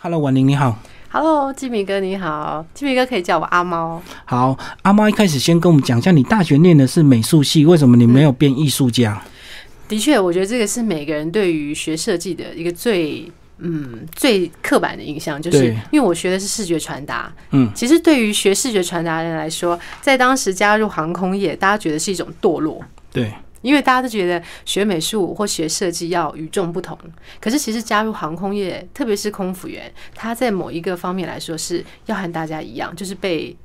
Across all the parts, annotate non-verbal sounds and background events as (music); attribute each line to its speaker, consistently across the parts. Speaker 1: Hello，婉玲你好，
Speaker 2: Hello，吉米哥你好，吉米哥可以叫我阿猫。
Speaker 1: 好，阿猫一开始先跟我们讲一下，你大学念的是美术系，为什么你没有变艺术家？
Speaker 2: 的确，我觉得这个是每个人对于学设计的一个最嗯最刻板的印象，就是
Speaker 1: 对
Speaker 2: 因为我学的是视觉传达。
Speaker 1: 嗯，
Speaker 2: 其实对于学视觉传达的人来说，在当时加入航空业，大家觉得是一种堕落。
Speaker 1: 对，
Speaker 2: 因为大家都觉得学美术或学设计要与众不同，可是其实加入航空业，特别是空服员，他在某一个方面来说是要和大家一样，就是被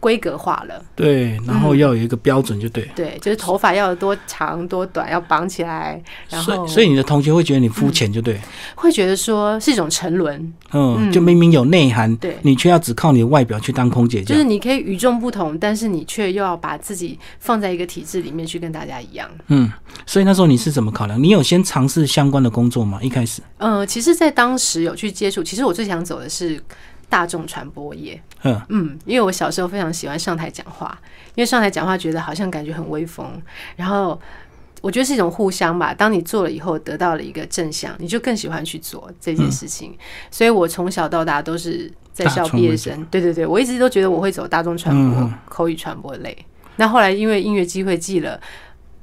Speaker 2: 规格化了。
Speaker 1: 对，然后要有一个标准就对。
Speaker 2: 对，就是头发要有多长多短，要绑起来，嗯然
Speaker 1: 所
Speaker 2: 后
Speaker 1: 以，所以你的同学会觉得你肤浅就对，
Speaker 2: 会觉得说是一种沉沦，
Speaker 1: 嗯，
Speaker 2: 嗯
Speaker 1: 就明明有内涵，
Speaker 2: 对
Speaker 1: 你却要只靠你的外表去当空姐这
Speaker 2: 就
Speaker 1: 样。
Speaker 2: 是你可以与众不同，但是你却又要把自己放在一个体制里面去跟大家一样。
Speaker 1: 嗯，所以那时候你是怎么考量？你有先尝试相关的工作吗？一开始，
Speaker 2: 呃，其实，在当时有去接触，其实我最想走的是大众传播业，
Speaker 1: 嗯，
Speaker 2: 嗯，因为我小时候非常喜欢上台讲话，因为上台讲话觉得好像感觉很威风，然后我觉得是一种互相吧。当你做了以后，得到了一个正向，你就更喜欢去做这件事情。所以我从小到大都是在
Speaker 1: 嗯大
Speaker 2: 校
Speaker 1: 众
Speaker 2: 毕业
Speaker 1: 为主
Speaker 2: 生，对对对，我一直都觉得我会走大众传播、
Speaker 1: 嗯嗯
Speaker 2: 口语传播类。那后来因为音乐机会进了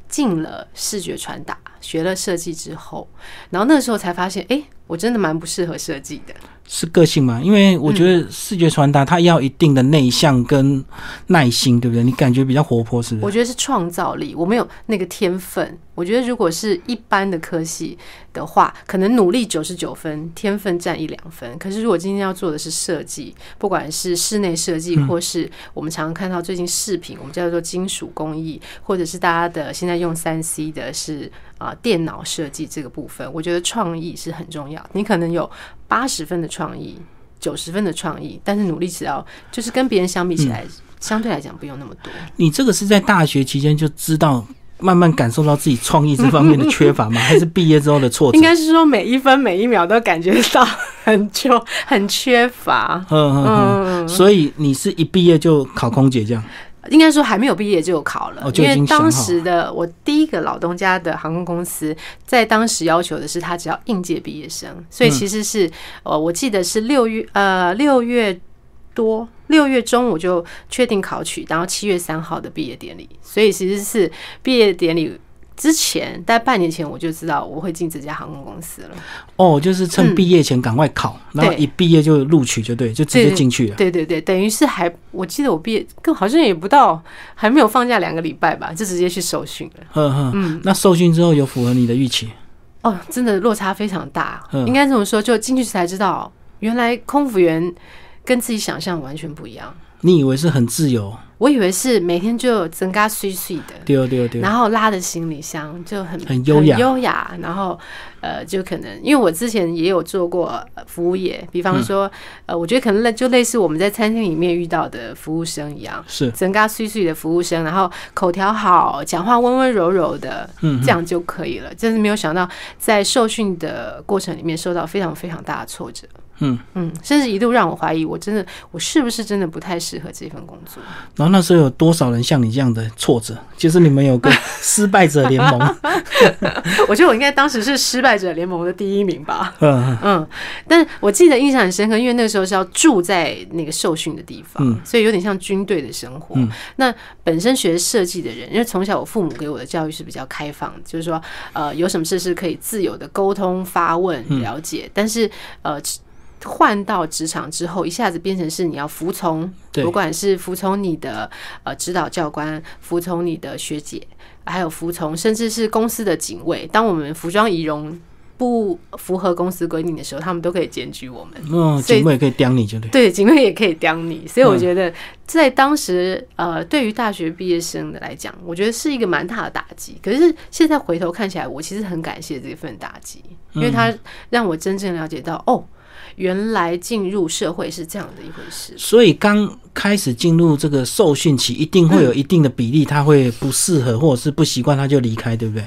Speaker 2: 进了视觉传达，学了设计之后，然后那时候才发现，哎、我真的蛮不适合设计的。
Speaker 1: 是个性吗？因为我觉
Speaker 2: 嗯
Speaker 1: 得视觉传达它要一定的内向跟耐心，对不对？你感觉比较活泼，是不
Speaker 2: 我
Speaker 1: 是？
Speaker 2: 觉得是创造力，我没有那个天分。我觉得如果是一般的科系的话，可能努力九十九分，天分占一两分。可是如果今天要做的是设计，不管是室内设计，或是我们常常看到最近饰品，我们叫做金属工艺，或者是大家的现在用三 C 的是啊、电脑设计这个部分，我觉得创意是很重要。你可能有八十分的创意。九十分的创意，但是努力只要就是跟别人相比起来，相对来讲不用那么多。
Speaker 1: 你这个是在大学期间就知道，慢慢感受到自己创意这方面的缺乏吗？还是毕业之后的挫折？
Speaker 2: 应该是说每一分每一秒都感觉到 (laughs) 很就很缺乏。
Speaker 1: 嗯，嗯
Speaker 2: 嗯
Speaker 1: 嗯。，所以你是一毕业就考空姐这样？
Speaker 2: 应该说还没有毕业就有考了，
Speaker 1: 哦就
Speaker 2: 因
Speaker 1: 已经
Speaker 2: 为
Speaker 1: 想好
Speaker 2: 当时的我第一个老东家的航空公司，在当时要求的是他只要应届毕业生，所
Speaker 1: 嗯
Speaker 2: 以其实是、呃，我记得是六月呃六月多六月中我就确定考取，然后七月三号的毕业典礼，所以其实是毕业典礼之前，大概半年前我就知道我会进这家航空公司了。
Speaker 1: 哦，就是趁
Speaker 2: 嗯
Speaker 1: 毕业前赶快考，然后
Speaker 2: 对
Speaker 1: 一毕业就录取，就对，就直接
Speaker 2: 嗯对
Speaker 1: 进去了。
Speaker 2: 对对对，等于是还，我记得我毕业更好像也不到，还没有放假两个礼拜吧，就直接去受训了。
Speaker 1: 嗯哼，嗯那受训之后有符合你的预期？
Speaker 2: 哦，真的落差非常大，
Speaker 1: 嗯
Speaker 2: 应该这么说，就进去才知道，原来空服员跟自己想象完全不一样。
Speaker 1: 你以为是很自由？
Speaker 2: 我以为是每天就增加碎碎的，
Speaker 1: 对哦，对哦，对哦。
Speaker 2: 然后拉着行李箱就很
Speaker 1: 很优雅
Speaker 2: 优雅。然后呃，就可能因为我之前也有做过呃服务业，比方说、呃，我觉得可能类就类似我们在餐厅里面遇到的服务生一样，
Speaker 1: 是，
Speaker 2: 整嘎碎碎的服务生，然后口条好，讲话温温柔柔的，
Speaker 1: 嗯
Speaker 2: 这样就可以了。真是没有想到，在受训的过程里面受到非常非常大的挫折，
Speaker 1: 嗯
Speaker 2: 嗯，甚至一度让我怀疑，我真的我是不是真的不太适合这份工作？
Speaker 1: 然后那时候有多少人像你这样的挫折？就是你们有
Speaker 2: (laughs)
Speaker 1: 个失败者联盟。
Speaker 2: 我觉得我应该当时是失败者联盟的第一名吧。
Speaker 1: 嗯，嗯
Speaker 2: 嗯，但我记得印象很深刻，因为那个时候是要住在那个受训的地方，
Speaker 1: 嗯
Speaker 2: 所以有点像军队的生活。
Speaker 1: 嗯
Speaker 2: 那本身学设计的人，因为从小我父母给我的教育是比较开放，就是说，呃，有什么事是可以自由的沟通、发问、
Speaker 1: 嗯
Speaker 2: 了解，但是呃。换到职场之后，一下子变成是你要服从，
Speaker 1: 对
Speaker 2: 不管是服从你的呃指导教官，服从你的学姐，还有服从，甚至是公司的警卫。当我们服装仪容不符合公司规定的时候，他们都可以检举我们。
Speaker 1: 嗯，
Speaker 2: 所以
Speaker 1: 警卫也可以刁你，就对。
Speaker 2: 对，警卫也可以刁你，所以我
Speaker 1: 嗯
Speaker 2: 觉得在当时，呃，对于大学毕业生的来讲，我觉得是一个蛮大的打击。可是现在回头看起来，我其实很感谢这份打击，因为它让我真正了解到，哦，原来进入社会是这样的一回事。
Speaker 1: 所以刚开始进入这个受训期，一定
Speaker 2: 嗯
Speaker 1: 会有一定的比例，他会不适合或者是不习惯，他就离开，对不对？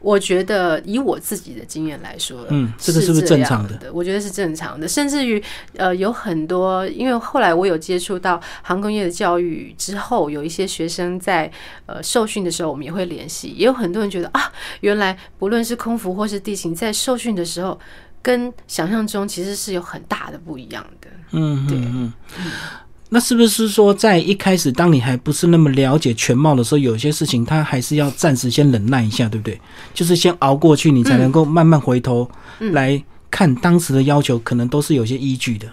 Speaker 2: 我觉得以我自己的经验来说，
Speaker 1: 嗯这
Speaker 2: 这
Speaker 1: 个是不是正
Speaker 2: 样
Speaker 1: 常的
Speaker 2: 的？我觉得是正常的，甚至于呃，有很多，因为后来我有接触到航空业的教育之后，有一些学生在呃受训的时候，我们也会联系，也有很多人觉得啊，原来不论是空服或是地勤，在受训的时候。跟想象中其实是有很大的不一样的。
Speaker 1: 嗯
Speaker 2: 对
Speaker 1: 嗯嗯。那是不是说，在一开始，当你还不是那么了解全貌的时候，有些事情它还是要暂时先忍耐一下，对不对？就是先熬过去，你才能够慢慢回头
Speaker 2: 嗯
Speaker 1: 来看当时的要求，可能都是有些依据的。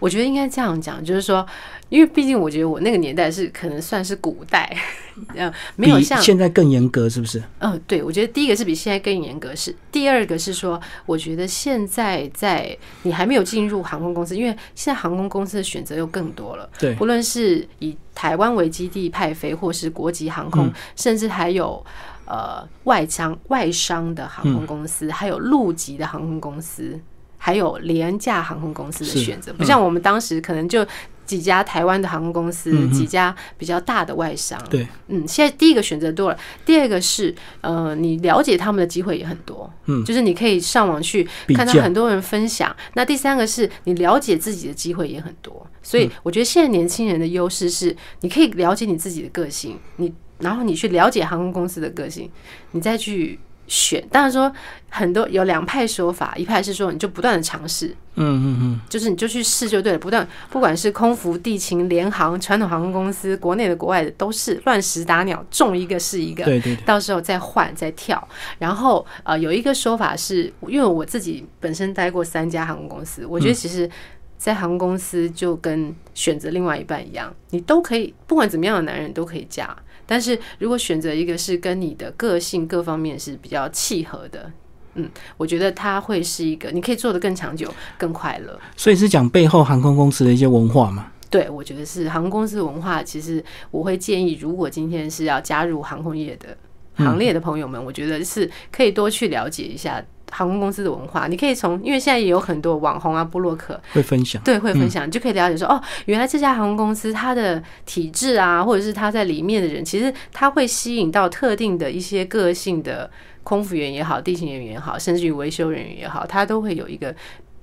Speaker 2: 我觉得应该这样讲，就是说，因为毕竟我觉得我那个年代是可能算是古代， (laughs) 嗯，没有
Speaker 1: 比
Speaker 2: 像
Speaker 1: 现在更严格，是不是？
Speaker 2: 嗯，对，我觉得第一个是比现在更严格是，第二个是说，我觉得现在在你还没有进入航空公司，因为现在航空公司的选择又更多了，
Speaker 1: 对
Speaker 2: 不论是以台湾为基地派飞，或是国际航空，
Speaker 1: 嗯
Speaker 2: 甚至还有呃外商外商的航
Speaker 1: 嗯
Speaker 2: 空公司，还有陆籍的航空公司，还有廉价航空公司的
Speaker 1: 是
Speaker 2: 选择，
Speaker 1: 嗯
Speaker 2: 不像我们当时可能就。几家台湾的航空公司，
Speaker 1: 嗯哼
Speaker 2: 几家比较大的外商，
Speaker 1: 对，
Speaker 2: 嗯，现在第一个选择多了，第二个是呃，你了解他们的机会也很多，
Speaker 1: 嗯
Speaker 2: 就是你可以上网去
Speaker 1: 比
Speaker 2: 看到
Speaker 1: 较
Speaker 2: 很多人分享。那第三个是你了解自己的机会也很多，所
Speaker 1: 嗯
Speaker 2: 以我觉得现在年轻人的优势是，你可以了解你自己的个性，你然后你去了解航空公司的个性，你再去选。当然说很多有两派说法，一派是说你就不断的尝试，
Speaker 1: 嗯嗯嗯。
Speaker 2: 就是你就去试就对了，不断不管是空服、地勤、联航、传统航空公司，国内的、国外的都是乱石打鸟，中一个是一个。
Speaker 1: 对对对，
Speaker 2: 到时候再换再跳，然后呃，有一个说法是，因为我自己本身待过三家航空公司，我觉得其实，在航空公司就跟选择另外一半一样，你都可以，不管怎么样的男人都可以嫁，但是如果选择一个是跟你的个性各方面是比较契合的，嗯，我觉得他会是一个你可以做得更长久、更快乐。
Speaker 1: 所以是讲背后航空公司的一些文化嘛。
Speaker 2: 对，我觉得是航空公司文化。其实我会建议，如果今天是要加入航空业的行列的朋友们，我觉得是可以多去了解一下航空公司的文化。你可以从，因为现在也有很多网红啊、布洛克，
Speaker 1: 会分享。
Speaker 2: 对，会分享，你就可以了解说，哦，原来这家航空公司它的体制啊，或者是它在里面的人，其实它会吸引到特定的一些个性的空服员也好，地勤人员也好，甚至于维修人员也好，它都会有一个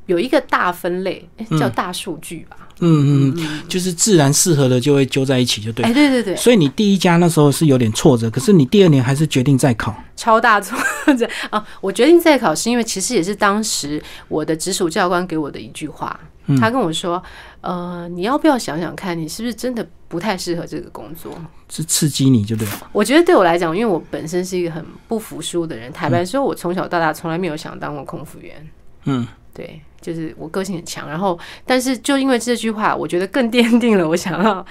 Speaker 2: 有一个大分类，诶叫大数据吧。
Speaker 1: 嗯嗯嗯，就是自然适合的就会揪在一起，就对
Speaker 2: 哎、。对对对，
Speaker 1: 所以你第一家那时候是有点挫折，可是你第二年还是决定再考。
Speaker 2: 超大挫折啊！我决定再考，是因为其实也是当时我的直属教官给我的一句话，
Speaker 1: 嗯
Speaker 2: 他跟我说：“呃，你要不要想想看，你是不是真的不太适合这个工作
Speaker 1: 是刺激你就对了。？”
Speaker 2: 我觉得对我来讲，因为我本身是一个很不服输的人，坦白说，我从小到大从来没有想当过空服员。
Speaker 1: 嗯，
Speaker 2: 对，就是我个性很强，然后但是就因为这句话，我觉得更奠定了我想要，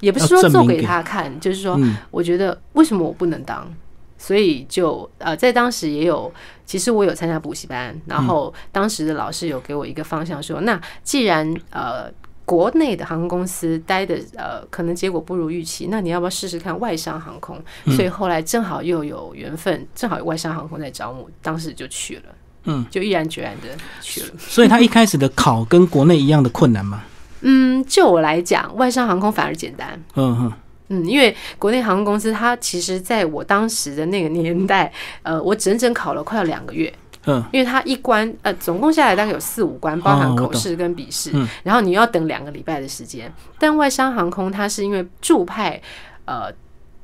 Speaker 2: 也不是
Speaker 1: 要
Speaker 2: 说
Speaker 1: 证
Speaker 2: 做
Speaker 1: 明
Speaker 2: 给
Speaker 1: 给
Speaker 2: 他看，就是说，
Speaker 1: 嗯，
Speaker 2: 我觉得为什么我不能当？所以就呃，在当时也有，其实我有参加补习班，然后当时的老师有给我一个方向说，那既然呃国内的航空公司待的呃可能结果不如预期，那你要不要试试看外商航空？所以后来正好又有缘分，正好有外商航空在招募，当时就去了，
Speaker 1: 嗯，
Speaker 2: 就毅然决然的去了。
Speaker 1: 所以他一开始的考跟国内一样的困难嘛。
Speaker 2: 嗯，就我来讲，外商航空反而简单，
Speaker 1: 嗯嗯，
Speaker 2: 嗯，因为国内航空公司，它其实在我当时的那个年代，呃，我整整考了快要两个月，
Speaker 1: 嗯，
Speaker 2: 因为它一关，呃，总共下来大概有四五关，包含
Speaker 1: 哦我
Speaker 2: 口
Speaker 1: 懂
Speaker 2: 试跟笔试，
Speaker 1: 嗯
Speaker 2: 然后你又要等两个礼拜的时间。但外商航空它是因为驻派，呃，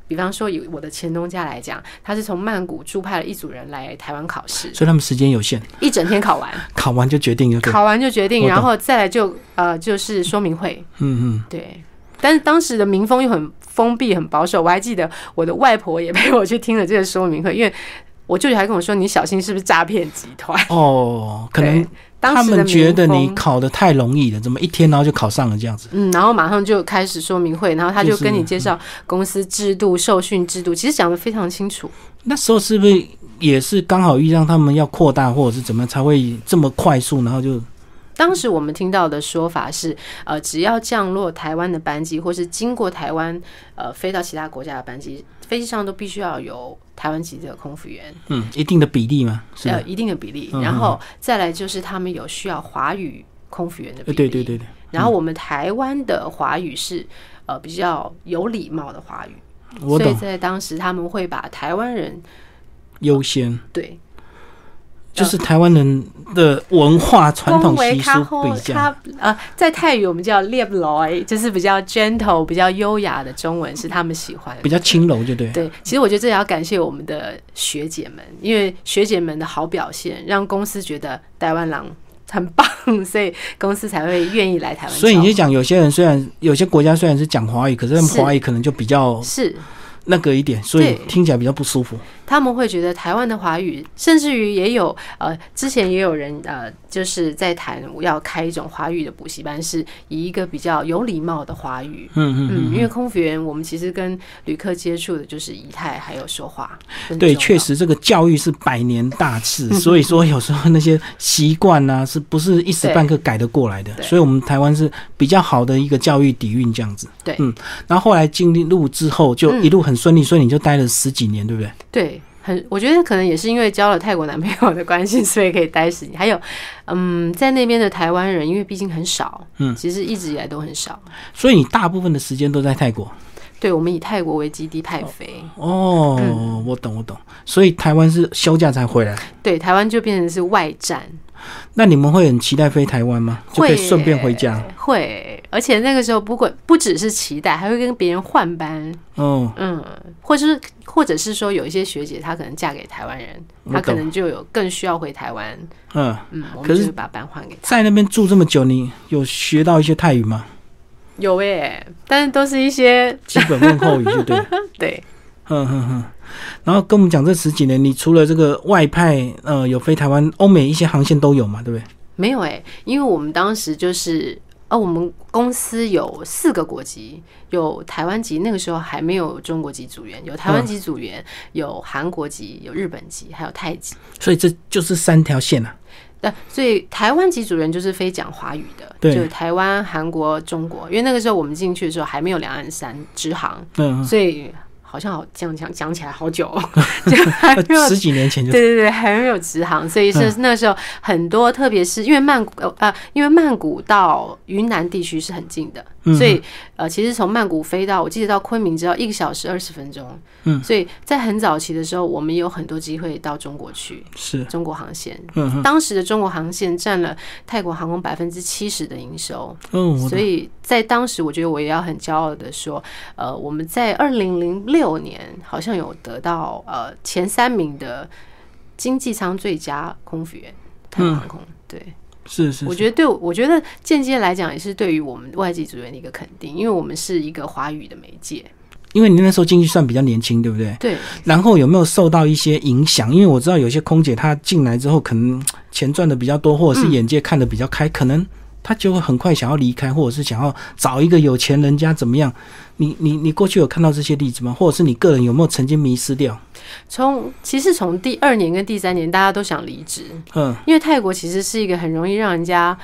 Speaker 2: 比方说以我的前东家来讲，他是从曼谷驻派了一组人来台湾考试，
Speaker 1: 所以他们时间有限，
Speaker 2: 一整天考完，
Speaker 1: 考完就决定 (laughs) 就对了。
Speaker 2: 考完就决定，
Speaker 1: 我懂
Speaker 2: 然后再来就呃就是说明会，
Speaker 1: 嗯嗯，
Speaker 2: 对，但是当时的民风又很封闭、很保守。我还记得我的外婆也陪我去听了这个说明会，因为我舅舅还跟我说：“你小心是不是诈骗集团
Speaker 1: 哦，？”可
Speaker 2: 对
Speaker 1: 能
Speaker 2: 当
Speaker 1: 他
Speaker 2: 时的
Speaker 1: 们觉得
Speaker 2: 民
Speaker 1: 你
Speaker 2: 风
Speaker 1: 考的太容易了，怎么一天然后就考上了这样子？
Speaker 2: 嗯，然后马上就开始说明会，然后他就
Speaker 1: 就是嗯
Speaker 2: 跟你介绍公司制度、受训制度，其实讲的非常清楚。
Speaker 1: 那时候是不是也是刚好遇上他们要扩大或者是怎么样才会这么快速，然后就
Speaker 2: 当时我们听到的说法是，呃，只要降落台湾的班机，或是经过台湾，呃，飞到其他国家的班机，飞机上都必须要有台湾籍的空服员。
Speaker 1: 嗯一定的比例嘛？是的，
Speaker 2: 呃一定的比例，
Speaker 1: 嗯
Speaker 2: 然后再来就是他们有需要华语空服员的
Speaker 1: 呃
Speaker 2: 比例，
Speaker 1: 对对对对，
Speaker 2: 然后我们台湾的华语是呃比较有礼貌的华语，
Speaker 1: 我
Speaker 2: 所以
Speaker 1: 懂
Speaker 2: 在当时他们会把台湾人
Speaker 1: 优先。
Speaker 2: 对
Speaker 1: 就是台湾人的文化传统
Speaker 2: 恭维
Speaker 1: 习
Speaker 2: 卡
Speaker 1: 俗
Speaker 2: 后
Speaker 1: 不一样。
Speaker 2: 卡呃，在泰语我们叫 l i b l o y 就是比较 gentle、比较优雅的中文是他们喜欢的
Speaker 1: 比较轻柔，就对。
Speaker 2: 对，其实我觉得这也要感谢我们的学姐们，因为学姐们的好表现，让公司觉得台湾狼很棒，所以公司才会愿意来台湾招。
Speaker 1: 所以你就讲，有些人虽然有些国家虽然是讲华语，可是他们
Speaker 2: 是
Speaker 1: 华语可能就比较
Speaker 2: 是
Speaker 1: 那个一点，所以
Speaker 2: 对
Speaker 1: 听起来比较不舒服。
Speaker 2: 他们会觉得台湾的华语，甚至于也有呃，之前也有人呃，就是在谈要开一种华语的补习班，是以一个比较有礼貌的华语。
Speaker 1: 嗯嗯
Speaker 2: 嗯，因为空服员，我们其实跟旅客接触的就是仪态还有说话。
Speaker 1: 嗯，对，确。实这个教育是百年大事，所以说有时候那些习惯呢，是不是一时半刻改得过来的？
Speaker 2: 对
Speaker 1: 所以我们台湾是比较好的一个教育底蕴这样子。
Speaker 2: 对
Speaker 1: 嗯，然后后来进入之后就
Speaker 2: 嗯
Speaker 1: 一路很顺利，所以你就待了十几年，对不对？
Speaker 2: 对，很，我觉得可能也是因为交了泰国男朋友的关系，所以可以待十年。还有，嗯，在那边的台湾人，因为毕竟很少，
Speaker 1: 嗯
Speaker 2: 其实一直以来都很少。
Speaker 1: 所以你大部分的时间都在泰国。
Speaker 2: 对我们以泰国为基地派飞，
Speaker 1: 哦，
Speaker 2: 嗯
Speaker 1: 我懂，我懂。所以台湾是休假才回来。
Speaker 2: 对台湾就变成是外战，
Speaker 1: 那你们会很期待飞台湾吗？就可以
Speaker 2: 会
Speaker 1: 顺便回家。
Speaker 2: 会，而且那个时候不管不只是期待，还会跟别人换班，
Speaker 1: 哦，
Speaker 2: 嗯，或是或者是说有一些学姐她可能嫁给台湾人，
Speaker 1: 我
Speaker 2: 她可
Speaker 1: 懂
Speaker 2: 能就有更需要回台湾，
Speaker 1: 嗯，
Speaker 2: 嗯，我
Speaker 1: 可
Speaker 2: 们
Speaker 1: 是
Speaker 2: 就会把班换给她。
Speaker 1: 在那边住这么久，你有学到一些泰语吗？
Speaker 2: 有诶、但是都是一些
Speaker 1: 基本问候语就对了。
Speaker 2: 对
Speaker 1: 嗯嗯嗯。然后跟我们讲这十几年，你除了这个外派，呃，有飞台湾、欧美一些航线都有嘛，对不对？
Speaker 2: 没有诶、因为我们当时就是。哦，我们公司有四个国籍，有台湾籍，那个时候还没有中国籍组员，有台湾
Speaker 1: 嗯
Speaker 2: 籍组员，有韩国籍，有日本籍，还有泰籍。
Speaker 1: 所以这就是三条线啊。
Speaker 2: 对，所以台湾籍主人就是非讲华语的，
Speaker 1: 对
Speaker 2: 就台湾、韩国、中国，因为那个时候我们进去的时候还没有两岸三支行，
Speaker 1: 嗯，
Speaker 2: 所以好像好这样讲讲起来好久、 (laughs) 哦，就还没有
Speaker 1: 呃。十几年前就嗯
Speaker 2: 对对对，还没有直航，所以是那个时候很多，特别是因为曼谷呃呃，因为曼谷到云南地区是很近的，
Speaker 1: 嗯
Speaker 2: 所以呃，其实从曼谷飞到我记得到昆明只要一个小时二十分钟，
Speaker 1: 嗯
Speaker 2: 所以在很早期的时候，我们有很多机会到中国去，
Speaker 1: 是。
Speaker 2: 中国航线，
Speaker 1: 嗯嗯。
Speaker 2: 当时的中国航线占了泰国航空百分之七十的营收，
Speaker 1: 哦，我
Speaker 2: 所
Speaker 1: 懂。
Speaker 2: 以在当时，我觉得我也要很骄傲的说，呃，我们在二零零六年好像有得到呃前三名的经济舱最佳空服员，泰国航空。对，
Speaker 1: 是嗯是。
Speaker 2: 我
Speaker 1: 是
Speaker 2: 觉得对我，我觉得间接来讲也是对于我们外籍组员的一个肯定，因为我们是一个华语的媒介。
Speaker 1: 因为你那时候进去算比较年轻，对不对？
Speaker 2: 对，
Speaker 1: 然后有没有受到一些影响？因为我知道有些空姐她进来之后，可能钱赚的比较多，或
Speaker 2: 嗯
Speaker 1: 者是眼界看得比较开，可能她就会很快想要离开，或者是想要找一个有钱人家怎么样？你你你过去有看到这些例子吗？或者是你个人有没有曾经迷失掉？
Speaker 2: 从其实从第二年跟第三年，大家都想离职，
Speaker 1: 嗯，
Speaker 2: 因为泰国其实是一个很容易让人家，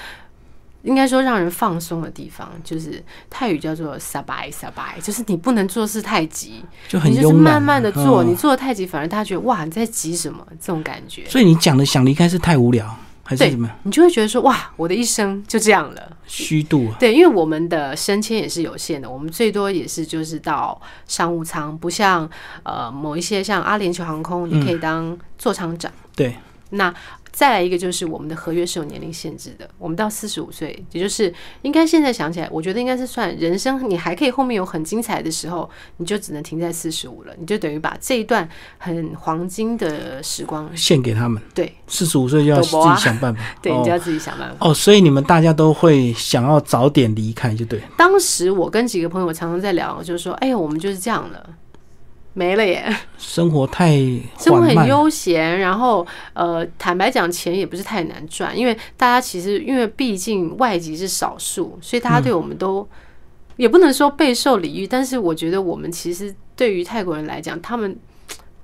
Speaker 2: 应该说让人放松的地方，就是泰语叫做 “sabai sabai”，就是你不能做事太急，
Speaker 1: 就很
Speaker 2: 你就
Speaker 1: 慵
Speaker 2: 是慢
Speaker 1: 懒。
Speaker 2: 慢的做，
Speaker 1: 嗯
Speaker 2: 你做的太急，反而大家觉得哇你在急什么这种感觉，
Speaker 1: 所以你讲的想离开是太无聊，还是
Speaker 2: 对
Speaker 1: 怎么样？
Speaker 2: 你就会觉得说哇我的一生就这样了。
Speaker 1: 虚度啊？
Speaker 2: 对，因为我们的升迁也是有限的，我们最多也是就是到商务舱，不像呃某一些像阿联酋航空，你可以当座舱长。
Speaker 1: 嗯对，
Speaker 2: 那再来一个就是我们的合约是有年龄限制的，我们到四十五岁，也就是应该现在想起来，我觉得应该是算人生你还可以后面有很精彩的时候，你就只能停在四十五了，你就等于把这一段很黄金的时光，
Speaker 1: 献给他们，
Speaker 2: 对
Speaker 1: 四十五岁就要
Speaker 2: 赌
Speaker 1: 自
Speaker 2: 博啊
Speaker 1: 己想办法。
Speaker 2: (laughs) 对，你就
Speaker 1: 哦
Speaker 2: 要自己想办法。
Speaker 1: 哦，所以你们大家都会想要早点离开，就对。
Speaker 2: 当时我跟几个朋友常常在聊，就是说，哎呀，我们就是这样了，没了
Speaker 1: (laughs)
Speaker 2: 耶，
Speaker 1: 生活太
Speaker 2: 生活
Speaker 1: 缓慢
Speaker 2: 很悠闲。然后，呃，坦白讲，钱也不是太难赚，因为大家其实因为毕竟外籍是少数，所以大
Speaker 1: 嗯
Speaker 2: 家对我们都、也不能说备受礼遇，但是我觉得我们其实对于泰国人来讲，他们。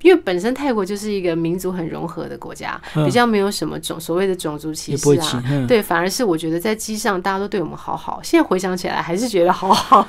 Speaker 2: 因为本身泰国就是一个民族很融合的国家，
Speaker 1: 嗯
Speaker 2: 比较没有什么种所谓的种族歧
Speaker 1: 也
Speaker 2: 视
Speaker 1: 不会
Speaker 2: 啊
Speaker 1: 骑，，嗯，
Speaker 2: 对，反而是我觉得在机上大家都对我们好好。现在回想起来，还是觉得好好。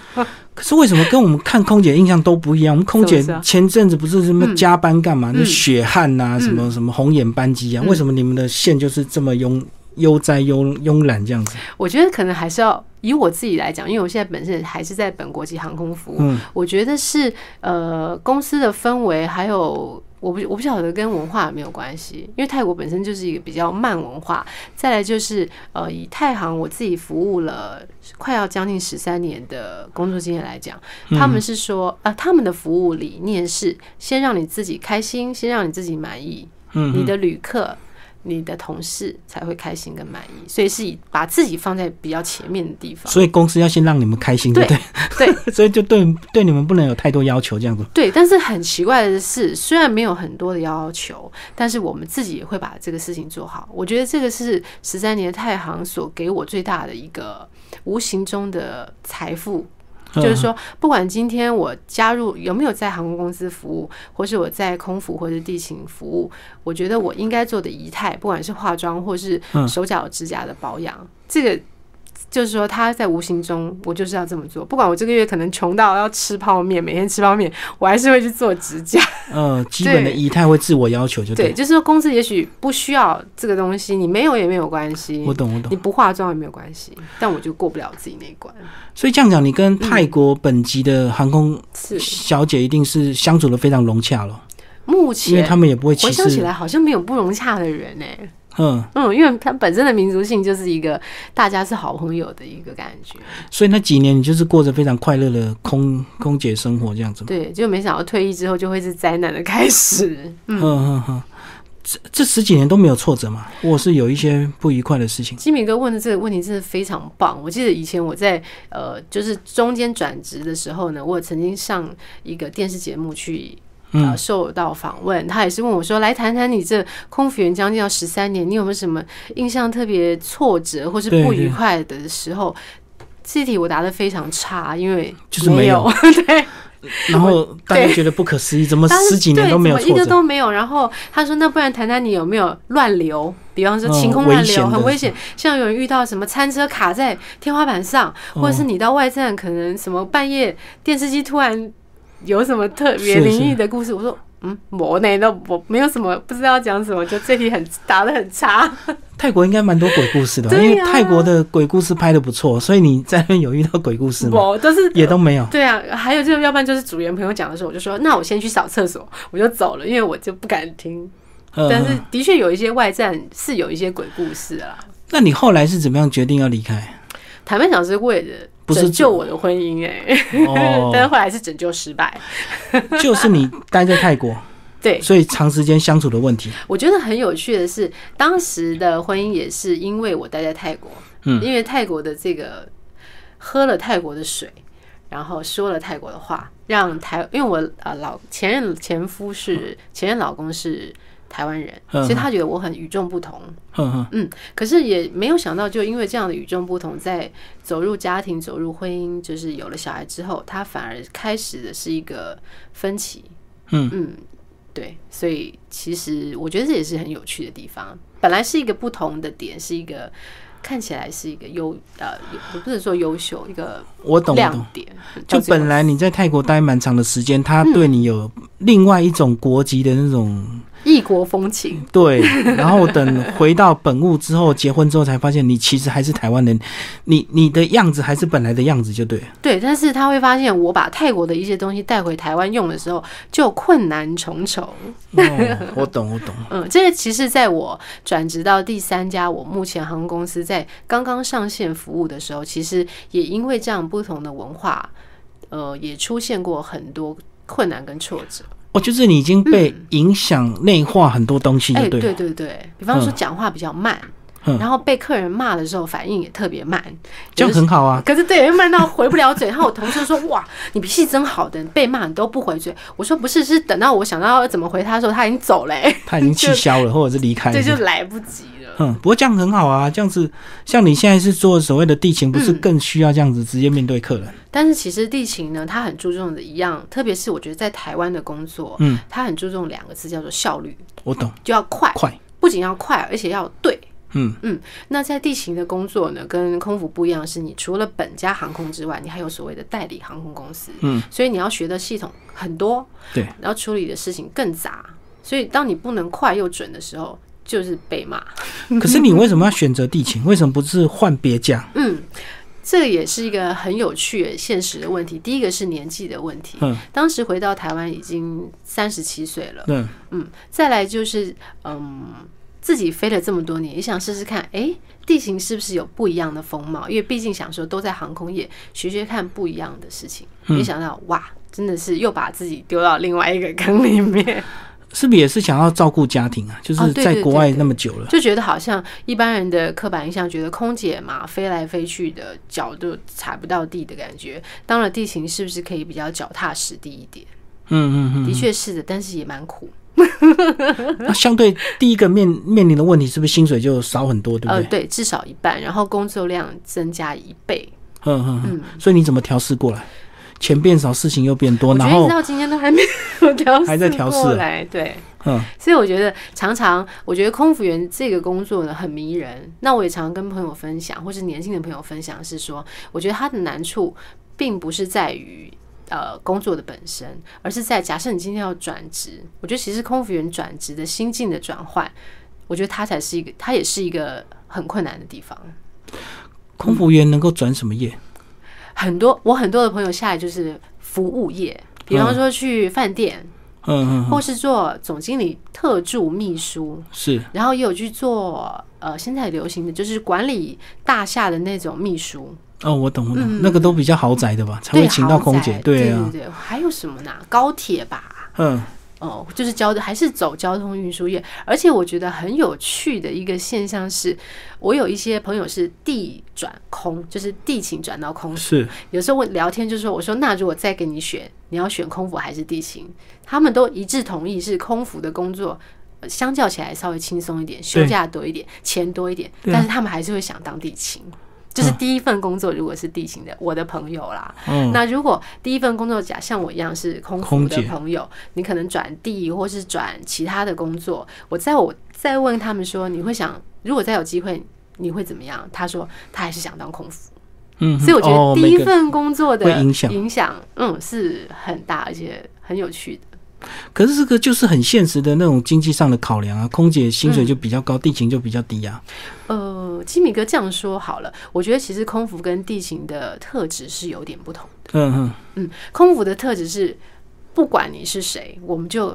Speaker 1: 可是为什么跟我们看空姐印象都不一样？我们空姐
Speaker 2: 是不是啊
Speaker 1: 前阵子不是什么加班干嘛？那
Speaker 2: 嗯
Speaker 1: 血汗呐、什么什么红眼班机啊？为什么你们的线就是这么慵悠哉慵慵懒这样子？
Speaker 2: 我觉得可能还是要以我自己来讲，因为我现在本身还是在本国际航空服务，
Speaker 1: 嗯
Speaker 2: 我觉得是呃公司的氛围还有我不我不晓得跟文化有没有关系，因为泰国本身就是一个比较慢文化。再来就是呃，以太行我自己服务了快要将近十三年的工作经验来讲，他们是说啊、呃，他们的服务理念是先让你自己开心，先让你自己满意，
Speaker 1: 嗯
Speaker 2: 你的旅客。你的同事才会开心跟满意，所以是以把自己放在比较前面的地方。
Speaker 1: 所以公司要先让你们开心，对不对？对， (laughs) 所以就对对你们不能有太多要求，这样子。
Speaker 2: 对，但是很奇怪的是，虽然没有很多的要求，但是我们自己也会把这个事情做好。我觉得这个是十三年太行所给我最大的一个无形中的财富。
Speaker 1: 嗯
Speaker 2: 就是说，不管今天我加入有没有在航空公司服务，或是我在空服或者地勤服务，我觉得我应该做的仪态，不管是化妆或是
Speaker 1: 嗯
Speaker 2: 手脚指甲的保养，这个就是说他在无形中，我就是要这么做。不管我这个月可能穷到要吃泡面，每天吃泡面，我还是会去做指
Speaker 1: (laughs)
Speaker 2: 甲。
Speaker 1: 呃，基本的仪态会自我要求，就
Speaker 2: 对，。就是说公司也许不需要这个东西，你没有也没有关系
Speaker 1: 我，懂，我懂
Speaker 2: 你。不化妆也没有关系，但我就过不了自己那一关。
Speaker 1: 所以这样讲，你跟泰国本籍的航空
Speaker 2: 是
Speaker 1: 小姐一定是相处的非常融洽了，
Speaker 2: 目
Speaker 1: 因为
Speaker 2: 前
Speaker 1: 他们也不会歧
Speaker 2: 回想起
Speaker 1: 视。
Speaker 2: 来，好像没有不融洽的人呢、
Speaker 1: 嗯，
Speaker 2: 嗯，因为他本身的民族性就是一个大家是好朋友的一个感觉，
Speaker 1: 所以那几年你就是过着非常快乐的空空姐生活，这样子。
Speaker 2: 对，就没想到退役之后就会是灾难的开始。
Speaker 1: 嗯嗯嗯。这这十几年都没有挫折嘛，或者是有一些不愉快的事情。
Speaker 2: 金米哥问的这个问题真的非常棒。我记得以前我在呃，就是中间转职的时候呢，我曾经上一个电视节目去
Speaker 1: 嗯
Speaker 2: 呃，受到访问，他也是问我说：“来谈谈你这空服员将近要十三年，你有没有什么印象特别挫折或是
Speaker 1: 对
Speaker 2: 不
Speaker 1: 对
Speaker 2: 愉快的时候？”这题我答的非常差，因为
Speaker 1: 就是没有
Speaker 2: 有， (laughs) 对，
Speaker 1: 然后大家觉得不可思议，怎么
Speaker 2: 当时
Speaker 1: 十几年
Speaker 2: 对
Speaker 1: 都没有
Speaker 2: 怎么一
Speaker 1: 挫
Speaker 2: 个
Speaker 1: 折？
Speaker 2: 都没有。然后他说：“那不然谈谈你有没有乱流？比方说
Speaker 1: 嗯
Speaker 2: 晴空
Speaker 1: 危
Speaker 2: 乱
Speaker 1: 险
Speaker 2: 流、
Speaker 1: 的
Speaker 2: 很危险，像有人遇到什么餐车卡在天花板上，或者是
Speaker 1: 哦
Speaker 2: 你到外站可能什么半夜电视机突然有什么特别
Speaker 1: 是
Speaker 2: 灵异
Speaker 1: 是
Speaker 2: 的故事。”我说。嗯，我呢都我没有什么不知道讲什么，就这题很答的很差。
Speaker 1: 泰国应该蛮多鬼故事的吧，因
Speaker 2: 对呀
Speaker 1: 为泰国的鬼故事拍的不错，所以你在那边有遇到鬼故事吗？
Speaker 2: 我都是
Speaker 1: 也都没有。
Speaker 2: 对啊，还有就是，要不然就是组员朋友讲的时候，我就说那我先去扫厕所，我就走了，因为我就不敢听。
Speaker 1: 呃，
Speaker 2: 但是的确有一些外站是有一些鬼故事啊。
Speaker 1: 那你后来是怎么样决定要离
Speaker 2: (laughs)
Speaker 1: 开？
Speaker 2: 坦白讲，是为了
Speaker 1: 不是
Speaker 2: 拯救我的婚姻哎、 (laughs) 但是
Speaker 1: 哦，
Speaker 2: 后来是拯救失败。
Speaker 1: 就是你待在泰国，
Speaker 2: 对，
Speaker 1: 所以长时间相处的问题。
Speaker 2: 我觉得很有趣的是，当时的婚姻也是因为我待在泰国，
Speaker 1: 嗯
Speaker 2: 因为泰国的这个喝了泰国的水，然后说了泰国的话，让台，因为我呃老前任前夫是前任老公是台湾人，
Speaker 1: 嗯
Speaker 2: 所以他觉得我很与众不同，
Speaker 1: 哼哼，
Speaker 2: 嗯，可是也没有想到，就因为这样的与众不同，在走入家庭、走入婚姻，就是有了小孩之后，他反而开始的是一个分歧。
Speaker 1: 嗯
Speaker 2: 嗯，对，所以其实我觉得这也是很有趣的地方。本来是一个不同的点，是一个看起来是一个优呃，也不是说优秀，一个
Speaker 1: 我懂，我懂
Speaker 2: 亮。点。
Speaker 1: 就
Speaker 2: 到最后
Speaker 1: 本来你在泰国待蛮长的时间，他
Speaker 2: 嗯
Speaker 1: 对你有另外一种国籍的那种
Speaker 2: 异国风情，
Speaker 1: 对， (laughs) 然后等回到本物之后，结婚之后才发现你其实还是台湾人，你你的样子还是本来的样子就对了。
Speaker 2: 对，但是他会发现我把泰国的一些东西带回台湾用的时候，就困难重重。
Speaker 1: 哦，我懂，我懂。
Speaker 2: 嗯，这个其实在我转职到第三家我目前航空公司在刚刚上线服务的时候，其实也因为这样不同的文化，呃，也出现过很多困难跟挫折。
Speaker 1: 哦，就是你已经被影响内化很多东西就
Speaker 2: 哎，
Speaker 1: 对了。
Speaker 2: 对对对，比方说讲话比较慢，
Speaker 1: 嗯
Speaker 2: 然后被客人骂的时候反应也特别慢，
Speaker 1: 这样很好啊。
Speaker 2: 可是对，慢到回不了嘴。然后我同事说：“哇，你脾气真好的，被骂你都不回嘴。”我说：“不是，是等到我想到要怎么回他的时候，他已经走了、哎
Speaker 1: 他已经气消
Speaker 2: (laughs)
Speaker 1: 了，或者是离开了
Speaker 2: 这。就来不及了。”
Speaker 1: 嗯，不过这样很好啊，这样子，像你现在是做所谓的地勤，不是更需要这样子直接面对客人？
Speaker 2: 但是其实地勤呢，它很注重的一样，特别是我觉得在台湾的工作，
Speaker 1: 嗯，
Speaker 2: 它很注重两个字叫做效率，
Speaker 1: 我懂，
Speaker 2: 就要快，
Speaker 1: 快，
Speaker 2: 不仅要快，而且要对。
Speaker 1: 嗯
Speaker 2: 嗯，那在地勤的工作呢，跟空服不一样，是你除了本家航空之外，你还有所谓的代理航空公司，
Speaker 1: 嗯，
Speaker 2: 所以你要学的系统很多，
Speaker 1: 对，
Speaker 2: 然后处理的事情更杂，所以当你不能快又准的时候，就是被骂。
Speaker 1: (laughs) 可是你为什么要选择地勤？为什么不是换别家？
Speaker 2: 嗯，这个也是一个很有趣、现实的问题。第一个是年纪的问题，
Speaker 1: 嗯
Speaker 2: 当时回到台湾已经三十七岁了，
Speaker 1: 嗯，
Speaker 2: 嗯，再来就是嗯，自己飞了这么多年，也想试试看，诶，地形是不是有不一样的风貌？因为毕竟想说都在航空业，学学看不一样的事情。没想到哇，真的是又把自己丢到另外一个坑里面，
Speaker 1: 是不是也是想要照顾家庭啊？就
Speaker 2: 哦
Speaker 1: 是
Speaker 2: 对
Speaker 1: 在
Speaker 2: 对
Speaker 1: 国
Speaker 2: 对
Speaker 1: 外
Speaker 2: 对
Speaker 1: 那么久了，
Speaker 2: 就觉得好像一般人的刻板印象，觉得空姐嘛，飞来飞去的，脚都踩不到地的感觉。当了地形是不是可以比较脚踏实地一点？
Speaker 1: 嗯嗯嗯。
Speaker 2: 的确是的，但是也蛮苦。
Speaker 1: 那相对第一个面面临的问题，是不是薪水就少很多，对不
Speaker 2: 呃，
Speaker 1: 对？
Speaker 2: 对，至少一半，然后工作量增加一倍。
Speaker 1: 嗯嗯嗯。所以你怎么调试过来？钱变少，事情又变多，
Speaker 2: 我
Speaker 1: 哦
Speaker 2: 觉
Speaker 1: 然
Speaker 2: 得一
Speaker 1: 后
Speaker 2: 直到今天都还没有 (laughs) 调试，
Speaker 1: 还在调试
Speaker 2: 过
Speaker 1: 啊
Speaker 2: 来。对，
Speaker 1: 嗯
Speaker 2: 所以我觉得常常，我觉得空服员这个工作呢很迷人。那我也常跟朋友分享，或是年轻的朋友分享，是说，我觉得他的难处并不是在于。呃，工作的本身，而是在假设你今天要转职，我觉得其实空服员转职的心境的转换，我觉得它才是一个，它也是一个很困难的地方。
Speaker 1: 空服员能够转什么业？
Speaker 2: 很多我很多的朋友下来就是服务业，比方说去饭店，
Speaker 1: 嗯嗯嗯，
Speaker 2: 或是做总经理特助秘书，
Speaker 1: 是
Speaker 2: 然后也有去做呃现在流行的就是管理大厦的那种秘书，
Speaker 1: 哦，我懂我
Speaker 2: 嗯
Speaker 1: 懂，那个都比较豪宅的吧，才
Speaker 2: 对，
Speaker 1: 会请到空姐
Speaker 2: 豪宅，
Speaker 1: 对
Speaker 2: 对
Speaker 1: 啊，
Speaker 2: 对对，还有什么呢？高铁吧。
Speaker 1: 嗯
Speaker 2: 哦，就是交还是走交通运输业，而且我觉得很有趣的一个现象是，我有一些朋友是地转空，就是地勤转到空
Speaker 1: 是，
Speaker 2: 有时候我聊天就说，我说那如果再给你选，你要选空服还是地勤？他们都一致同意是空服的工作，呃相较起来稍微轻松一点，休假多一点，钱多一点，
Speaker 1: 对啊
Speaker 2: 但是他们还是会想当地勤。就是第一份工作，如果是地勤的，我的朋友啦，
Speaker 1: 嗯
Speaker 2: 那如果第一份工作假像我一样是空服
Speaker 1: 空
Speaker 2: 的
Speaker 1: 姐
Speaker 2: 朋友，你可能转地或是转其他的工作，我再我再问他们说，你会想如果再有机会，你会怎么样？他说他还是想当空服。
Speaker 1: 嗯，
Speaker 2: 所以我觉
Speaker 1: 哦
Speaker 2: 得第
Speaker 1: 每
Speaker 2: 一
Speaker 1: 个
Speaker 2: 份工作的
Speaker 1: 会影响
Speaker 2: 影响，嗯，是很大，而且很有趣的。
Speaker 1: 可是这个就是很现实的那种经济上的考量啊，空姐薪
Speaker 2: 嗯
Speaker 1: 水就比较高，地勤就比较低啊。
Speaker 2: 呃，基米哥这样说好了，我觉得其实空服跟地勤的特质是有点不同。
Speaker 1: 嗯嗯，
Speaker 2: 嗯，空服的特质是，不管你是谁，我们就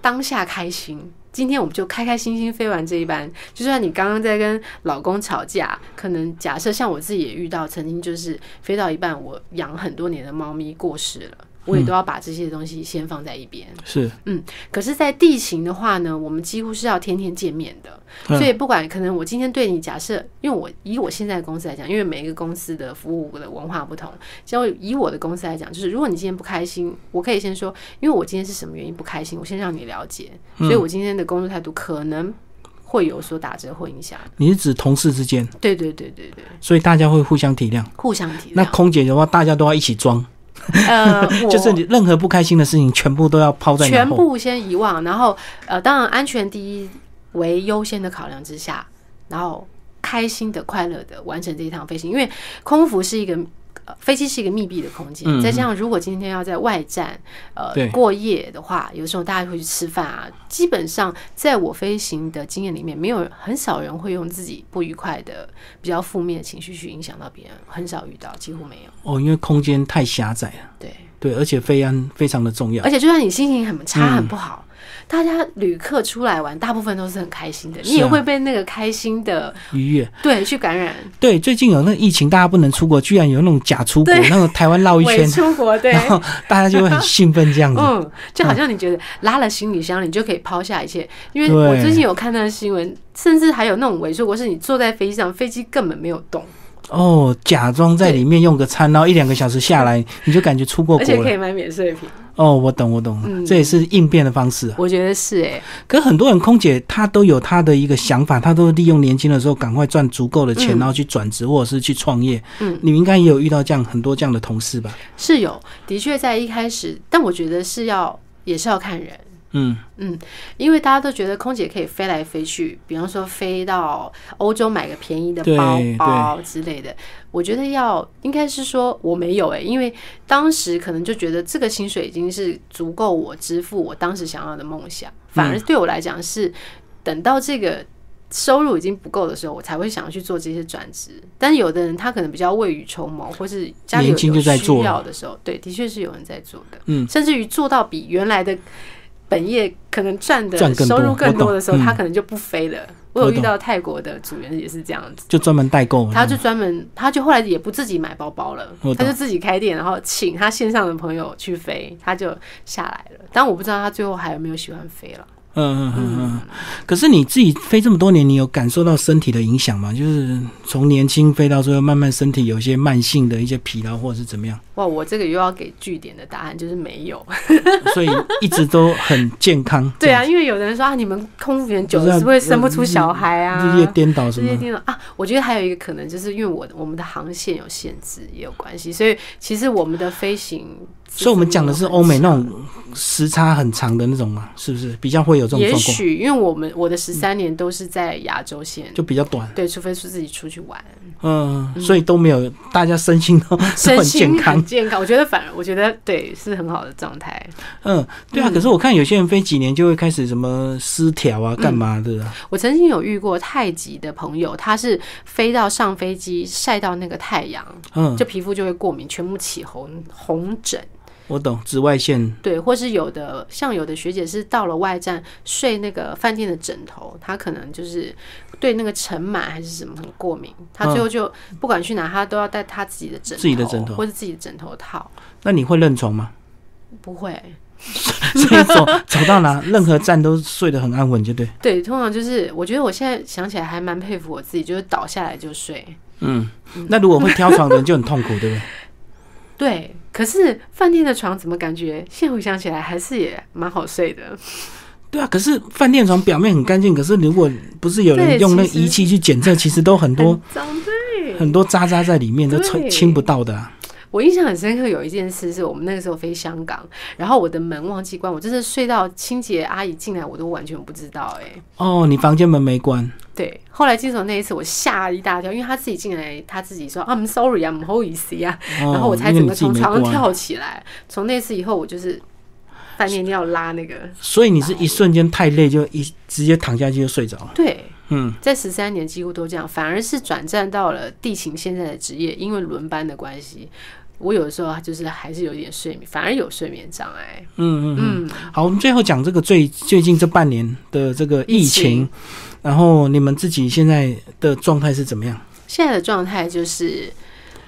Speaker 2: 当下开心。今天我们就开开心心飞完这一班，就算你刚刚在跟老公吵架，可能假设像我自己也遇到，曾经就是飞到一半，我养很多年的猫咪过世了，我也都要把这些东西先放在一边。
Speaker 1: 是，
Speaker 2: 可是，在地形的话呢，我们几乎是要天天见面的，
Speaker 1: 嗯
Speaker 2: 所以不管可能我今天对你假设，因为我以我现在的公司来讲，因为每一个公司的服务的文化不同，就以我的公司来讲，就是如果你今天不开心，我可以先说，因为我今天是什么原因不开心，我先让你了解，
Speaker 1: 嗯
Speaker 2: 所以我今天的工作态度可能会有所打折或影响。
Speaker 1: 你是指同事之间，
Speaker 2: 对对对对对，
Speaker 1: 所以大家会互相体谅。
Speaker 2: 互相体
Speaker 1: 那
Speaker 2: 谅。
Speaker 1: 空姐的话，大家都要一起装，
Speaker 2: 呃，我
Speaker 1: 就是你任何不开心的事情，全部都要抛在脑
Speaker 2: 全
Speaker 1: 后。
Speaker 2: 部先遗忘，然后呃，当然安全第一为优先的考量之下，然后开心的、快乐的完成这一趟飞行，因为空服是一个。呃飞机是一个密闭的空间，
Speaker 1: 嗯
Speaker 2: 再加上如果今天要在外站呃
Speaker 1: 对
Speaker 2: 过夜的话，有时候大家会去吃饭啊。基本上在我飞行的经验里面，没有很少人会用自己不愉快的、比较负面的情绪去影响到别人，很少遇到，几乎没有。
Speaker 1: 哦，因为空间太狭窄了。
Speaker 2: 对，
Speaker 1: 对，而且飞安非常的重要
Speaker 2: 而。且就算你心情很差、很不好，大家旅客出来玩，大部分都是很开心的，
Speaker 1: 是啊
Speaker 2: 你也会被那个开心的
Speaker 1: 愉悦。
Speaker 2: 对去感染。
Speaker 1: 对，最近有那个疫情，大家不能出国，居然有那种假出国，
Speaker 2: 对
Speaker 1: 那个台湾绕一
Speaker 2: 伪
Speaker 1: 圈，
Speaker 2: 出国 (laughs) 对，
Speaker 1: 然后大家就会很兴奋这样子。
Speaker 2: 哦嗯，就好像你觉得拉了行李箱，你就可以抛下一切。因为
Speaker 1: 对
Speaker 2: 我最近有看到的新闻，甚至还有那种伪出国，是你坐在飞机上，飞机根本没有动，
Speaker 1: 哦，假装在里面用个餐，然后一两个小时下来，你就感觉出过
Speaker 2: 而
Speaker 1: 国
Speaker 2: 且
Speaker 1: 了
Speaker 2: 可。以买免税品。
Speaker 1: 哦，我懂，我懂，
Speaker 2: 嗯
Speaker 1: 这也是应变的方式、啊。
Speaker 2: 我觉得是哎、
Speaker 1: 可很多人空姐她都有她的一个想法，她都利用年轻的时候赶快赚足够的钱，
Speaker 2: 嗯
Speaker 1: 然后去转职或者是去创业。
Speaker 2: 嗯，
Speaker 1: 你们应该也有遇到这样很多这样的同事吧？
Speaker 2: 是有的确在一开始，但我觉得是要也是要看人。
Speaker 1: 嗯，
Speaker 2: 因为大家都觉得空姐可以飞来飞去，比方说飞到欧洲买个便宜的包
Speaker 1: 对
Speaker 2: 包之类的。我觉得要应该是说我没有诶、欸因为当时可能就觉得这个薪水已经是足够
Speaker 1: 嗯
Speaker 2: 我支付我当时想要的梦想，反而对我来讲是等到这个收入已经不够的时候，我才会想要去做这些转职。但有的人他可能比较未雨绸缪，或是家里有
Speaker 1: 年轻就在做
Speaker 2: 需要的时候，对，的确是有人在做的。
Speaker 1: 嗯，
Speaker 2: 甚至于做到比原来的本业可能赚的
Speaker 1: 赚更多
Speaker 2: 收入更多的时候，
Speaker 1: 我懂嗯
Speaker 2: 他可能就不飞了。我
Speaker 1: 我
Speaker 2: 有
Speaker 1: 懂
Speaker 2: 遇到泰国的组员也是这样子。
Speaker 1: 就专门代购，
Speaker 2: 他就专门，他就后来也不自己买包包了
Speaker 1: 我懂，
Speaker 2: 他就自己开店，然后请他线上的朋友去飞，他就下来了。但我不知道他最后还有没有喜欢飞了。
Speaker 1: 嗯嗯嗯嗯。可是你自己飞这么多年，你有感受到身体的影响吗？就是从年轻飞到最后，慢慢身体有一些慢性的一些疲劳，或者是怎么 (laughs) 样，
Speaker 2: 哇，我这个又要给据点的答案就是没有。 (laughs)。
Speaker 1: 所以一直都很健 (laughs) 康
Speaker 2: 对啊，因为有的人说啊，你们空服员久
Speaker 1: 不是
Speaker 2: 了
Speaker 1: 啊
Speaker 2: 是不是生不出小孩
Speaker 1: 这
Speaker 2: 啊？
Speaker 1: 样，日夜颠倒什
Speaker 2: 这些
Speaker 1: 么？
Speaker 2: 地方啊，我觉得还有一个可能，就是因为我我们的航线有限制，也有关系，所以其实我们的飞行，
Speaker 1: 所以我们讲的是欧美那种时差很长的那种嘛，是不是比较会有这种
Speaker 2: 也
Speaker 1: 状况？
Speaker 2: 许因为我们我的十三年都是在亚洲线，
Speaker 1: 就比较短，
Speaker 2: 对，除非是自己出去
Speaker 1: (laughs)
Speaker 2: 玩，
Speaker 1: 嗯，所以都没有，大家身心都都
Speaker 2: 身
Speaker 1: 很健
Speaker 2: 心
Speaker 1: 康
Speaker 2: 很，健康，我觉得反而我觉得对是很好的状态。
Speaker 1: 嗯，对啊。可是我看有些人飞几年就会开始什么失调啊，干嘛的啊，
Speaker 2: 我曾经有遇过太极的朋友，他是飞到上飞机晒到那个太阳，
Speaker 1: 嗯，
Speaker 2: 就皮肤就会过敏，全部起红红疹。
Speaker 1: 我懂，紫外线，
Speaker 2: 对，或是有的像有的学姐是到了外站睡那个饭店的枕头，她可能就是对那个尘螨还是什么很过敏，她最后就不管去哪，她都要带她自己的枕头，
Speaker 1: 嗯自己的枕头
Speaker 2: 或是自己的枕头套。
Speaker 1: 那你会认床吗？
Speaker 2: 不会，
Speaker 1: (laughs) 所以走走到哪，任何站都睡得很安稳，就对。
Speaker 2: 对，通常就是我觉得我现在想起来还蛮佩服我自己，就是倒下来就睡。
Speaker 1: 嗯，那如果会挑床的人就很痛苦，对不对？
Speaker 2: 对，可是饭店的床怎么感觉现在回想起来还是也蛮好睡的。
Speaker 1: (laughs) 对啊，可是饭店床表面很干净，可是如果不是有人
Speaker 2: 对
Speaker 1: 用那个
Speaker 2: 其实
Speaker 1: 仪器去检测，其实都很多
Speaker 2: 很脏对。
Speaker 1: (laughs) 很多渣渣在里面，都
Speaker 2: 对
Speaker 1: 清清不到的、啊。
Speaker 2: 我印象很深刻，有一件事是我们那个时候飞香港，然后我的门忘记关，我真的睡到清洁阿姨进来，我都完全不知道哎、
Speaker 1: 哦，你房间门没关，
Speaker 2: 对，后来经手那一次，我吓一大跳，因为她自己进来，她自己说啊，I'm sorry 啊，不好意思呀、
Speaker 1: 哦、
Speaker 2: 然后我才
Speaker 1: 因为
Speaker 2: 整
Speaker 1: 你
Speaker 2: 个
Speaker 1: 自己
Speaker 2: 从
Speaker 1: 没
Speaker 2: 床上
Speaker 1: 关，
Speaker 2: 跳起来。从那次以后，我就是饭店一定要拉那个。
Speaker 1: 所以你是一瞬间太累就一直接躺下去就睡着了。
Speaker 2: 对，
Speaker 1: 嗯，
Speaker 2: 在十三年几乎都这样，反而是转战到了地勤现在的职业，因为轮班的关系，我有的时候就是还是有一点睡眠，反而有睡眠障碍。
Speaker 1: 嗯嗯嗯，
Speaker 2: 嗯
Speaker 1: 好，我们最后讲这个最最近这半年的这个疫
Speaker 2: 疫
Speaker 1: 情，
Speaker 2: 情
Speaker 1: 然后你们自己现在的状态是怎么样？
Speaker 2: 现在的状态就是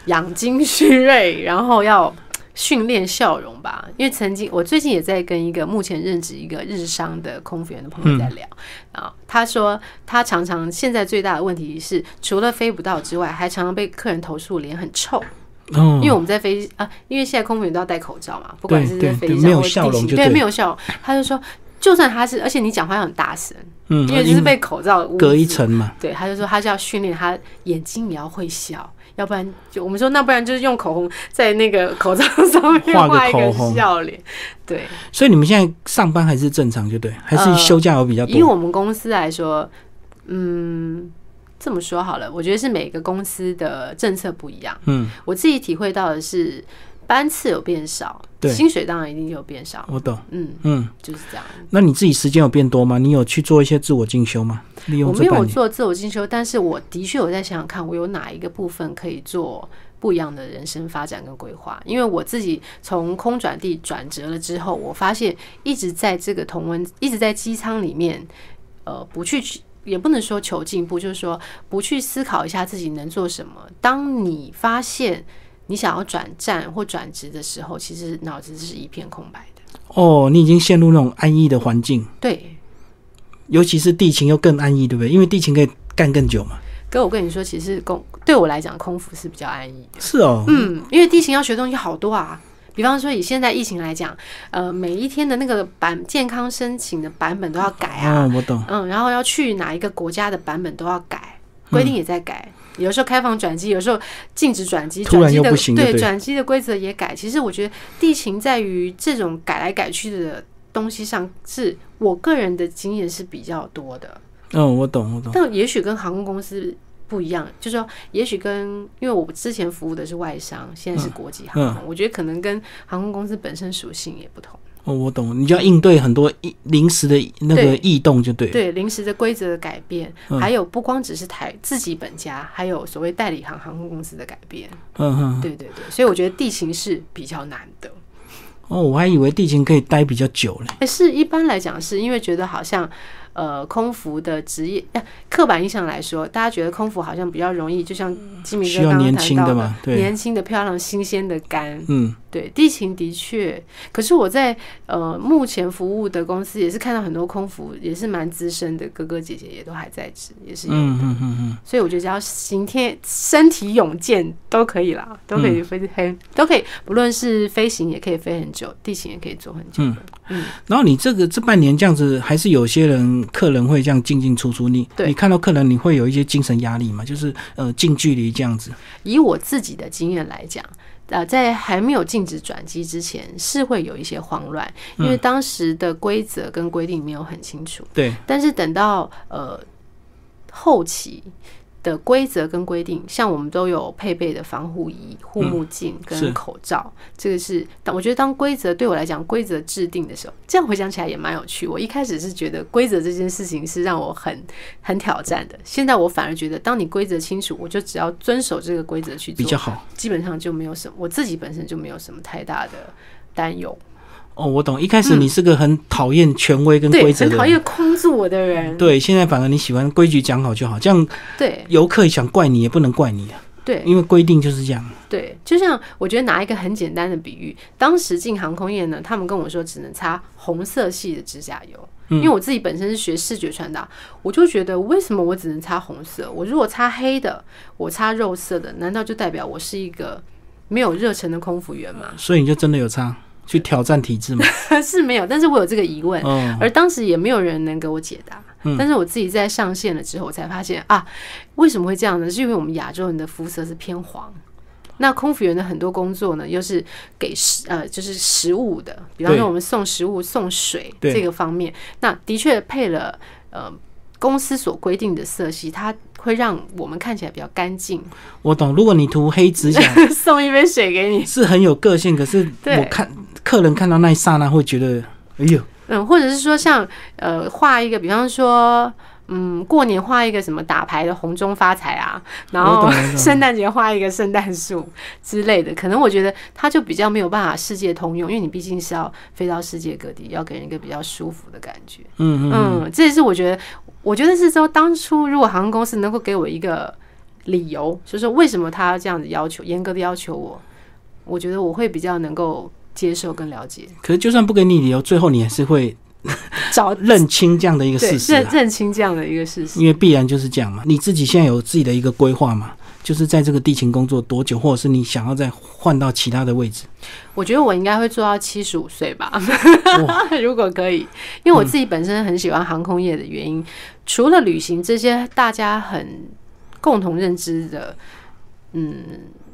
Speaker 2: 养精蓄锐，然后要训练笑容吧。因为曾经我最近也在跟一个目前任职一个日商的空服员的朋友在聊啊，他说他常常现在最大的问题是，除了飞不到之外，还常常被客人投诉脸很臭。
Speaker 1: 哦，
Speaker 2: 因为我们在飞啊，因为现在空服员都要戴口罩嘛，不管
Speaker 1: 对
Speaker 2: 是在
Speaker 1: 对
Speaker 2: 飞
Speaker 1: 对
Speaker 2: 机
Speaker 1: 没
Speaker 2: 上
Speaker 1: 有
Speaker 2: 或者
Speaker 1: 笑
Speaker 2: 地
Speaker 1: 容
Speaker 2: 勤，
Speaker 1: 就
Speaker 2: 对，
Speaker 1: 对
Speaker 2: 没有笑容。他就说，就算他是，而且你讲话要很大声，
Speaker 1: 嗯，
Speaker 2: 因为就是被口罩污
Speaker 1: 隔一
Speaker 2: 渍
Speaker 1: 层嘛。
Speaker 2: 对，他就说他就要训练他眼睛也要会笑，要不然就我们说那不然就是用口红在那个口罩上面
Speaker 1: 画个
Speaker 2: 画一
Speaker 1: 口
Speaker 2: 个
Speaker 1: 红
Speaker 2: 笑脸。对，
Speaker 1: 所以你们现在上班还是正常，就对，还是
Speaker 2: 呃
Speaker 1: 休假有比较
Speaker 2: 以
Speaker 1: 多？
Speaker 2: 我们公司来说，嗯，这么说好了，我觉得是每个公司的政策不一样。
Speaker 1: 嗯，
Speaker 2: 我自己体会到的是班次有变少，
Speaker 1: 对
Speaker 2: 薪水当然一定有变少。
Speaker 1: 我懂。
Speaker 2: 嗯，
Speaker 1: 嗯，
Speaker 2: 就是这样。
Speaker 1: 那你自己时间有变多吗？你有去做一些自我进修吗？利
Speaker 2: 我
Speaker 1: 用
Speaker 2: 没
Speaker 1: 这半
Speaker 2: 有
Speaker 1: 年，
Speaker 2: 做自我进修，但是我的确有在想想看，我有哪一个部分可以做不一样的人生发展跟规划。因为我自己从空转地转折了之后，我发现一直在这个同温，一直在机舱里面，呃，不去。也不能说求进步，就是说不去思考一下自己能做什么。当你发现你想要转站或转职的时候，其实脑子是一片空白的。
Speaker 1: 哦，你已经陷入那种安逸的环境，
Speaker 2: 对，
Speaker 1: 尤其是地勤又更安逸，对不对？因为地勤可以干更久嘛。
Speaker 2: 哥，我跟你说，其实空对我来讲，空腹是比较安逸的。
Speaker 1: 是哦，
Speaker 2: 嗯，因为地勤要学的东西好多啊。比方说，以现在疫情来讲，呃，每一天的那个版健康申请的版本都要改啊，
Speaker 1: 哦，我懂。
Speaker 2: 嗯，然后要去哪一个国家的版本都要改，规定也在改。有时候开放转机，有时候禁止转机，
Speaker 1: 突然
Speaker 2: 转机
Speaker 1: 又
Speaker 2: 的
Speaker 1: 不行就
Speaker 2: 对
Speaker 1: 对
Speaker 2: 转机的规则也改。其实我觉得地勤在于这种改来改去的东西上，是我个人的经验是比较多的。
Speaker 1: 嗯，我懂，我懂。
Speaker 2: 但也许跟航空公司不一样，就是说，也许跟因为我之
Speaker 1: 嗯
Speaker 2: 前服务的是外商，现在是国际航空，我觉得可能跟航空公司本身属性也不同。
Speaker 1: 哦，我懂，你就要应对很多异临时的那个
Speaker 2: 对
Speaker 1: 异动，就对了。
Speaker 2: 对临时的规则的改变，
Speaker 1: 嗯
Speaker 2: 还有不光只是台自己本家，还有所谓代理行航空公司的改变。
Speaker 1: 嗯哼，
Speaker 2: 对对对，所以我觉得地形是比较难的。
Speaker 1: 哦，我还以为地勤可以待比较久嘞。
Speaker 2: 哎，是一般来讲，是因为觉得好像，呃，空服的职业，呃刻板印象来说，大家觉得空服好像比较容易，就像金明
Speaker 1: 嗯需
Speaker 2: 哥
Speaker 1: 要
Speaker 2: 刚刚
Speaker 1: 年
Speaker 2: 谈
Speaker 1: 轻
Speaker 2: 到
Speaker 1: 的嘛对
Speaker 2: 年轻的、漂亮、新鲜的肝。
Speaker 1: 嗯，
Speaker 2: 对，地勤的确，可是我在呃目前服务的公司也是看到很多空服，也是蛮资深的哥哥姐姐也都还在职，也是有。
Speaker 1: 嗯嗯嗯嗯，
Speaker 2: 所以我觉得只要行天身体勇健都可以啦，都可以飞很、都可以，不论是飞行也可以飞很久，地勤也可以做很久的。嗯
Speaker 1: 然后你这个这半年这样子，还是有些人客人会这样进进出出，你
Speaker 2: 对
Speaker 1: 你看到客人，你会有一些精神压力嘛？就是呃近距离这样子，
Speaker 2: 以我自己的经验来讲，呃，在还没有禁止转机之前，是会有一些慌乱，因为当时的规则跟规定没有很清楚。
Speaker 1: 对，
Speaker 2: 但是等到呃后期的规则跟规定，像我们都有配备的防护衣、护目镜
Speaker 1: 是
Speaker 2: 跟口罩，这个是但我觉得当规则对我来讲，规则制定的时候，这样回想起来也蛮有趣。我一开始是觉得规则这件事情是让我很很挑战的，现在我反而觉得，当你规则清楚，我就只要遵守这个规则去
Speaker 1: 比
Speaker 2: 做
Speaker 1: 较，好。
Speaker 2: 基本上就没有什么，我自己本身就没有什么太大的担忧，
Speaker 1: 哦，我懂。一开始你是个很讨厌权威跟规
Speaker 2: 嗯对，
Speaker 1: 则
Speaker 2: 很
Speaker 1: 的
Speaker 2: 讨
Speaker 1: 人，
Speaker 2: 厌框住我的人，
Speaker 1: 对，现在反而你喜欢规矩讲好就好，这样
Speaker 2: 对
Speaker 1: 游客想怪你也不能怪你啊，
Speaker 2: 对。
Speaker 1: 因为规定就是这样。
Speaker 2: 对，就像我觉得拿一个很简单的比喻，当时进航空业呢，他们跟我说只能擦红色系的指甲油，因为我自己本身是学视觉传达，我就觉得为什么我只能擦红色？我如果擦黑的，我擦肉色的，难道就代表我是一个没有热忱的空服员吗？ (laughs)
Speaker 1: 所以你就真的有差，去挑战体制嘛？
Speaker 2: 是没有，但是我有这个疑问，
Speaker 1: 哦，
Speaker 2: 而当时也没有人能给我解答。
Speaker 1: 嗯
Speaker 2: 但是我自己在上线了之后，我才发现啊，为什么会这样呢？是因为我们亚洲人的肤色是偏黄。那空服员的很多工作呢，又是给食呃，就是食物的，比方
Speaker 1: 对
Speaker 2: 说我们送食物、送水
Speaker 1: 对
Speaker 2: 这个方面，那的确配了呃公司所规定的色系，它会让我们看起来比较干净。
Speaker 1: 我懂。如果你涂黑指
Speaker 2: (laughs)
Speaker 1: 甲
Speaker 2: 送一杯水给你，
Speaker 1: 是很有个性，可是
Speaker 2: 对
Speaker 1: 我看客人看到那一刹那会觉得，哎呦，
Speaker 2: 嗯，或者是说像呃画一个，比方说。嗯，过年画一个什么打牌的红中发财啊，然
Speaker 1: 我懂
Speaker 2: 后
Speaker 1: 我懂
Speaker 2: (laughs) 圣诞节画一个圣诞树之类的，可能我觉得它就比较没有办法世界通用，因为你毕竟是要飞到世界各地，要给人一个比较舒服的感觉。
Speaker 1: 嗯嗯嗯，
Speaker 2: 嗯，这也是我觉得，我觉得是说当初如果航空公司能够给我一个理由，就是说为什么他要这样子要求，严格的要求我，我觉得我会比较能够接受跟了解，
Speaker 1: 可是就算不给你理由，最后你还是会
Speaker 2: 找
Speaker 1: 认清这样的一个
Speaker 2: 对
Speaker 1: 事实、
Speaker 2: 认
Speaker 1: 啊，
Speaker 2: 认清这样的一个事实。
Speaker 1: 因为必然就是这样嘛。你自己现在有自己的一个规划嘛，就是在这个地勤工作多久，或者是你想要再换到其他的位置。
Speaker 2: 我觉得我应该会做到七十五岁吧，
Speaker 1: 哇，
Speaker 2: (laughs)
Speaker 1: 嗯
Speaker 2: 如果可以，因为我自己本身很喜欢航空业的原因，除了旅行这些大家很共同认知的，嗯。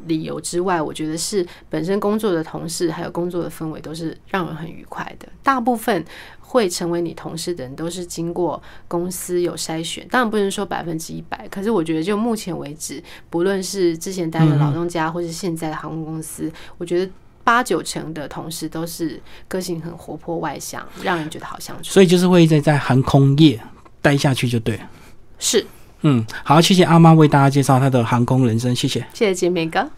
Speaker 2: 理由之外，我觉得是本身工作的同事，还有工作的氛围都是让人很愉快的。大部分会成为你同事的人，都是经过公司有筛选，当然不能说百分之一百，可是我觉得就目前为止，不论是之前
Speaker 1: 嗯
Speaker 2: 待的劳动家，或是现在的航空公司，我觉得八九成的同事都是个性很活泼外向，让人觉得好相处。
Speaker 1: 所以就是会一直在航空业待下去就对了。
Speaker 2: 是，
Speaker 1: 嗯，好，谢谢阿妈为大家介绍她的航空人生，谢谢。
Speaker 2: 谢谢杰明哥。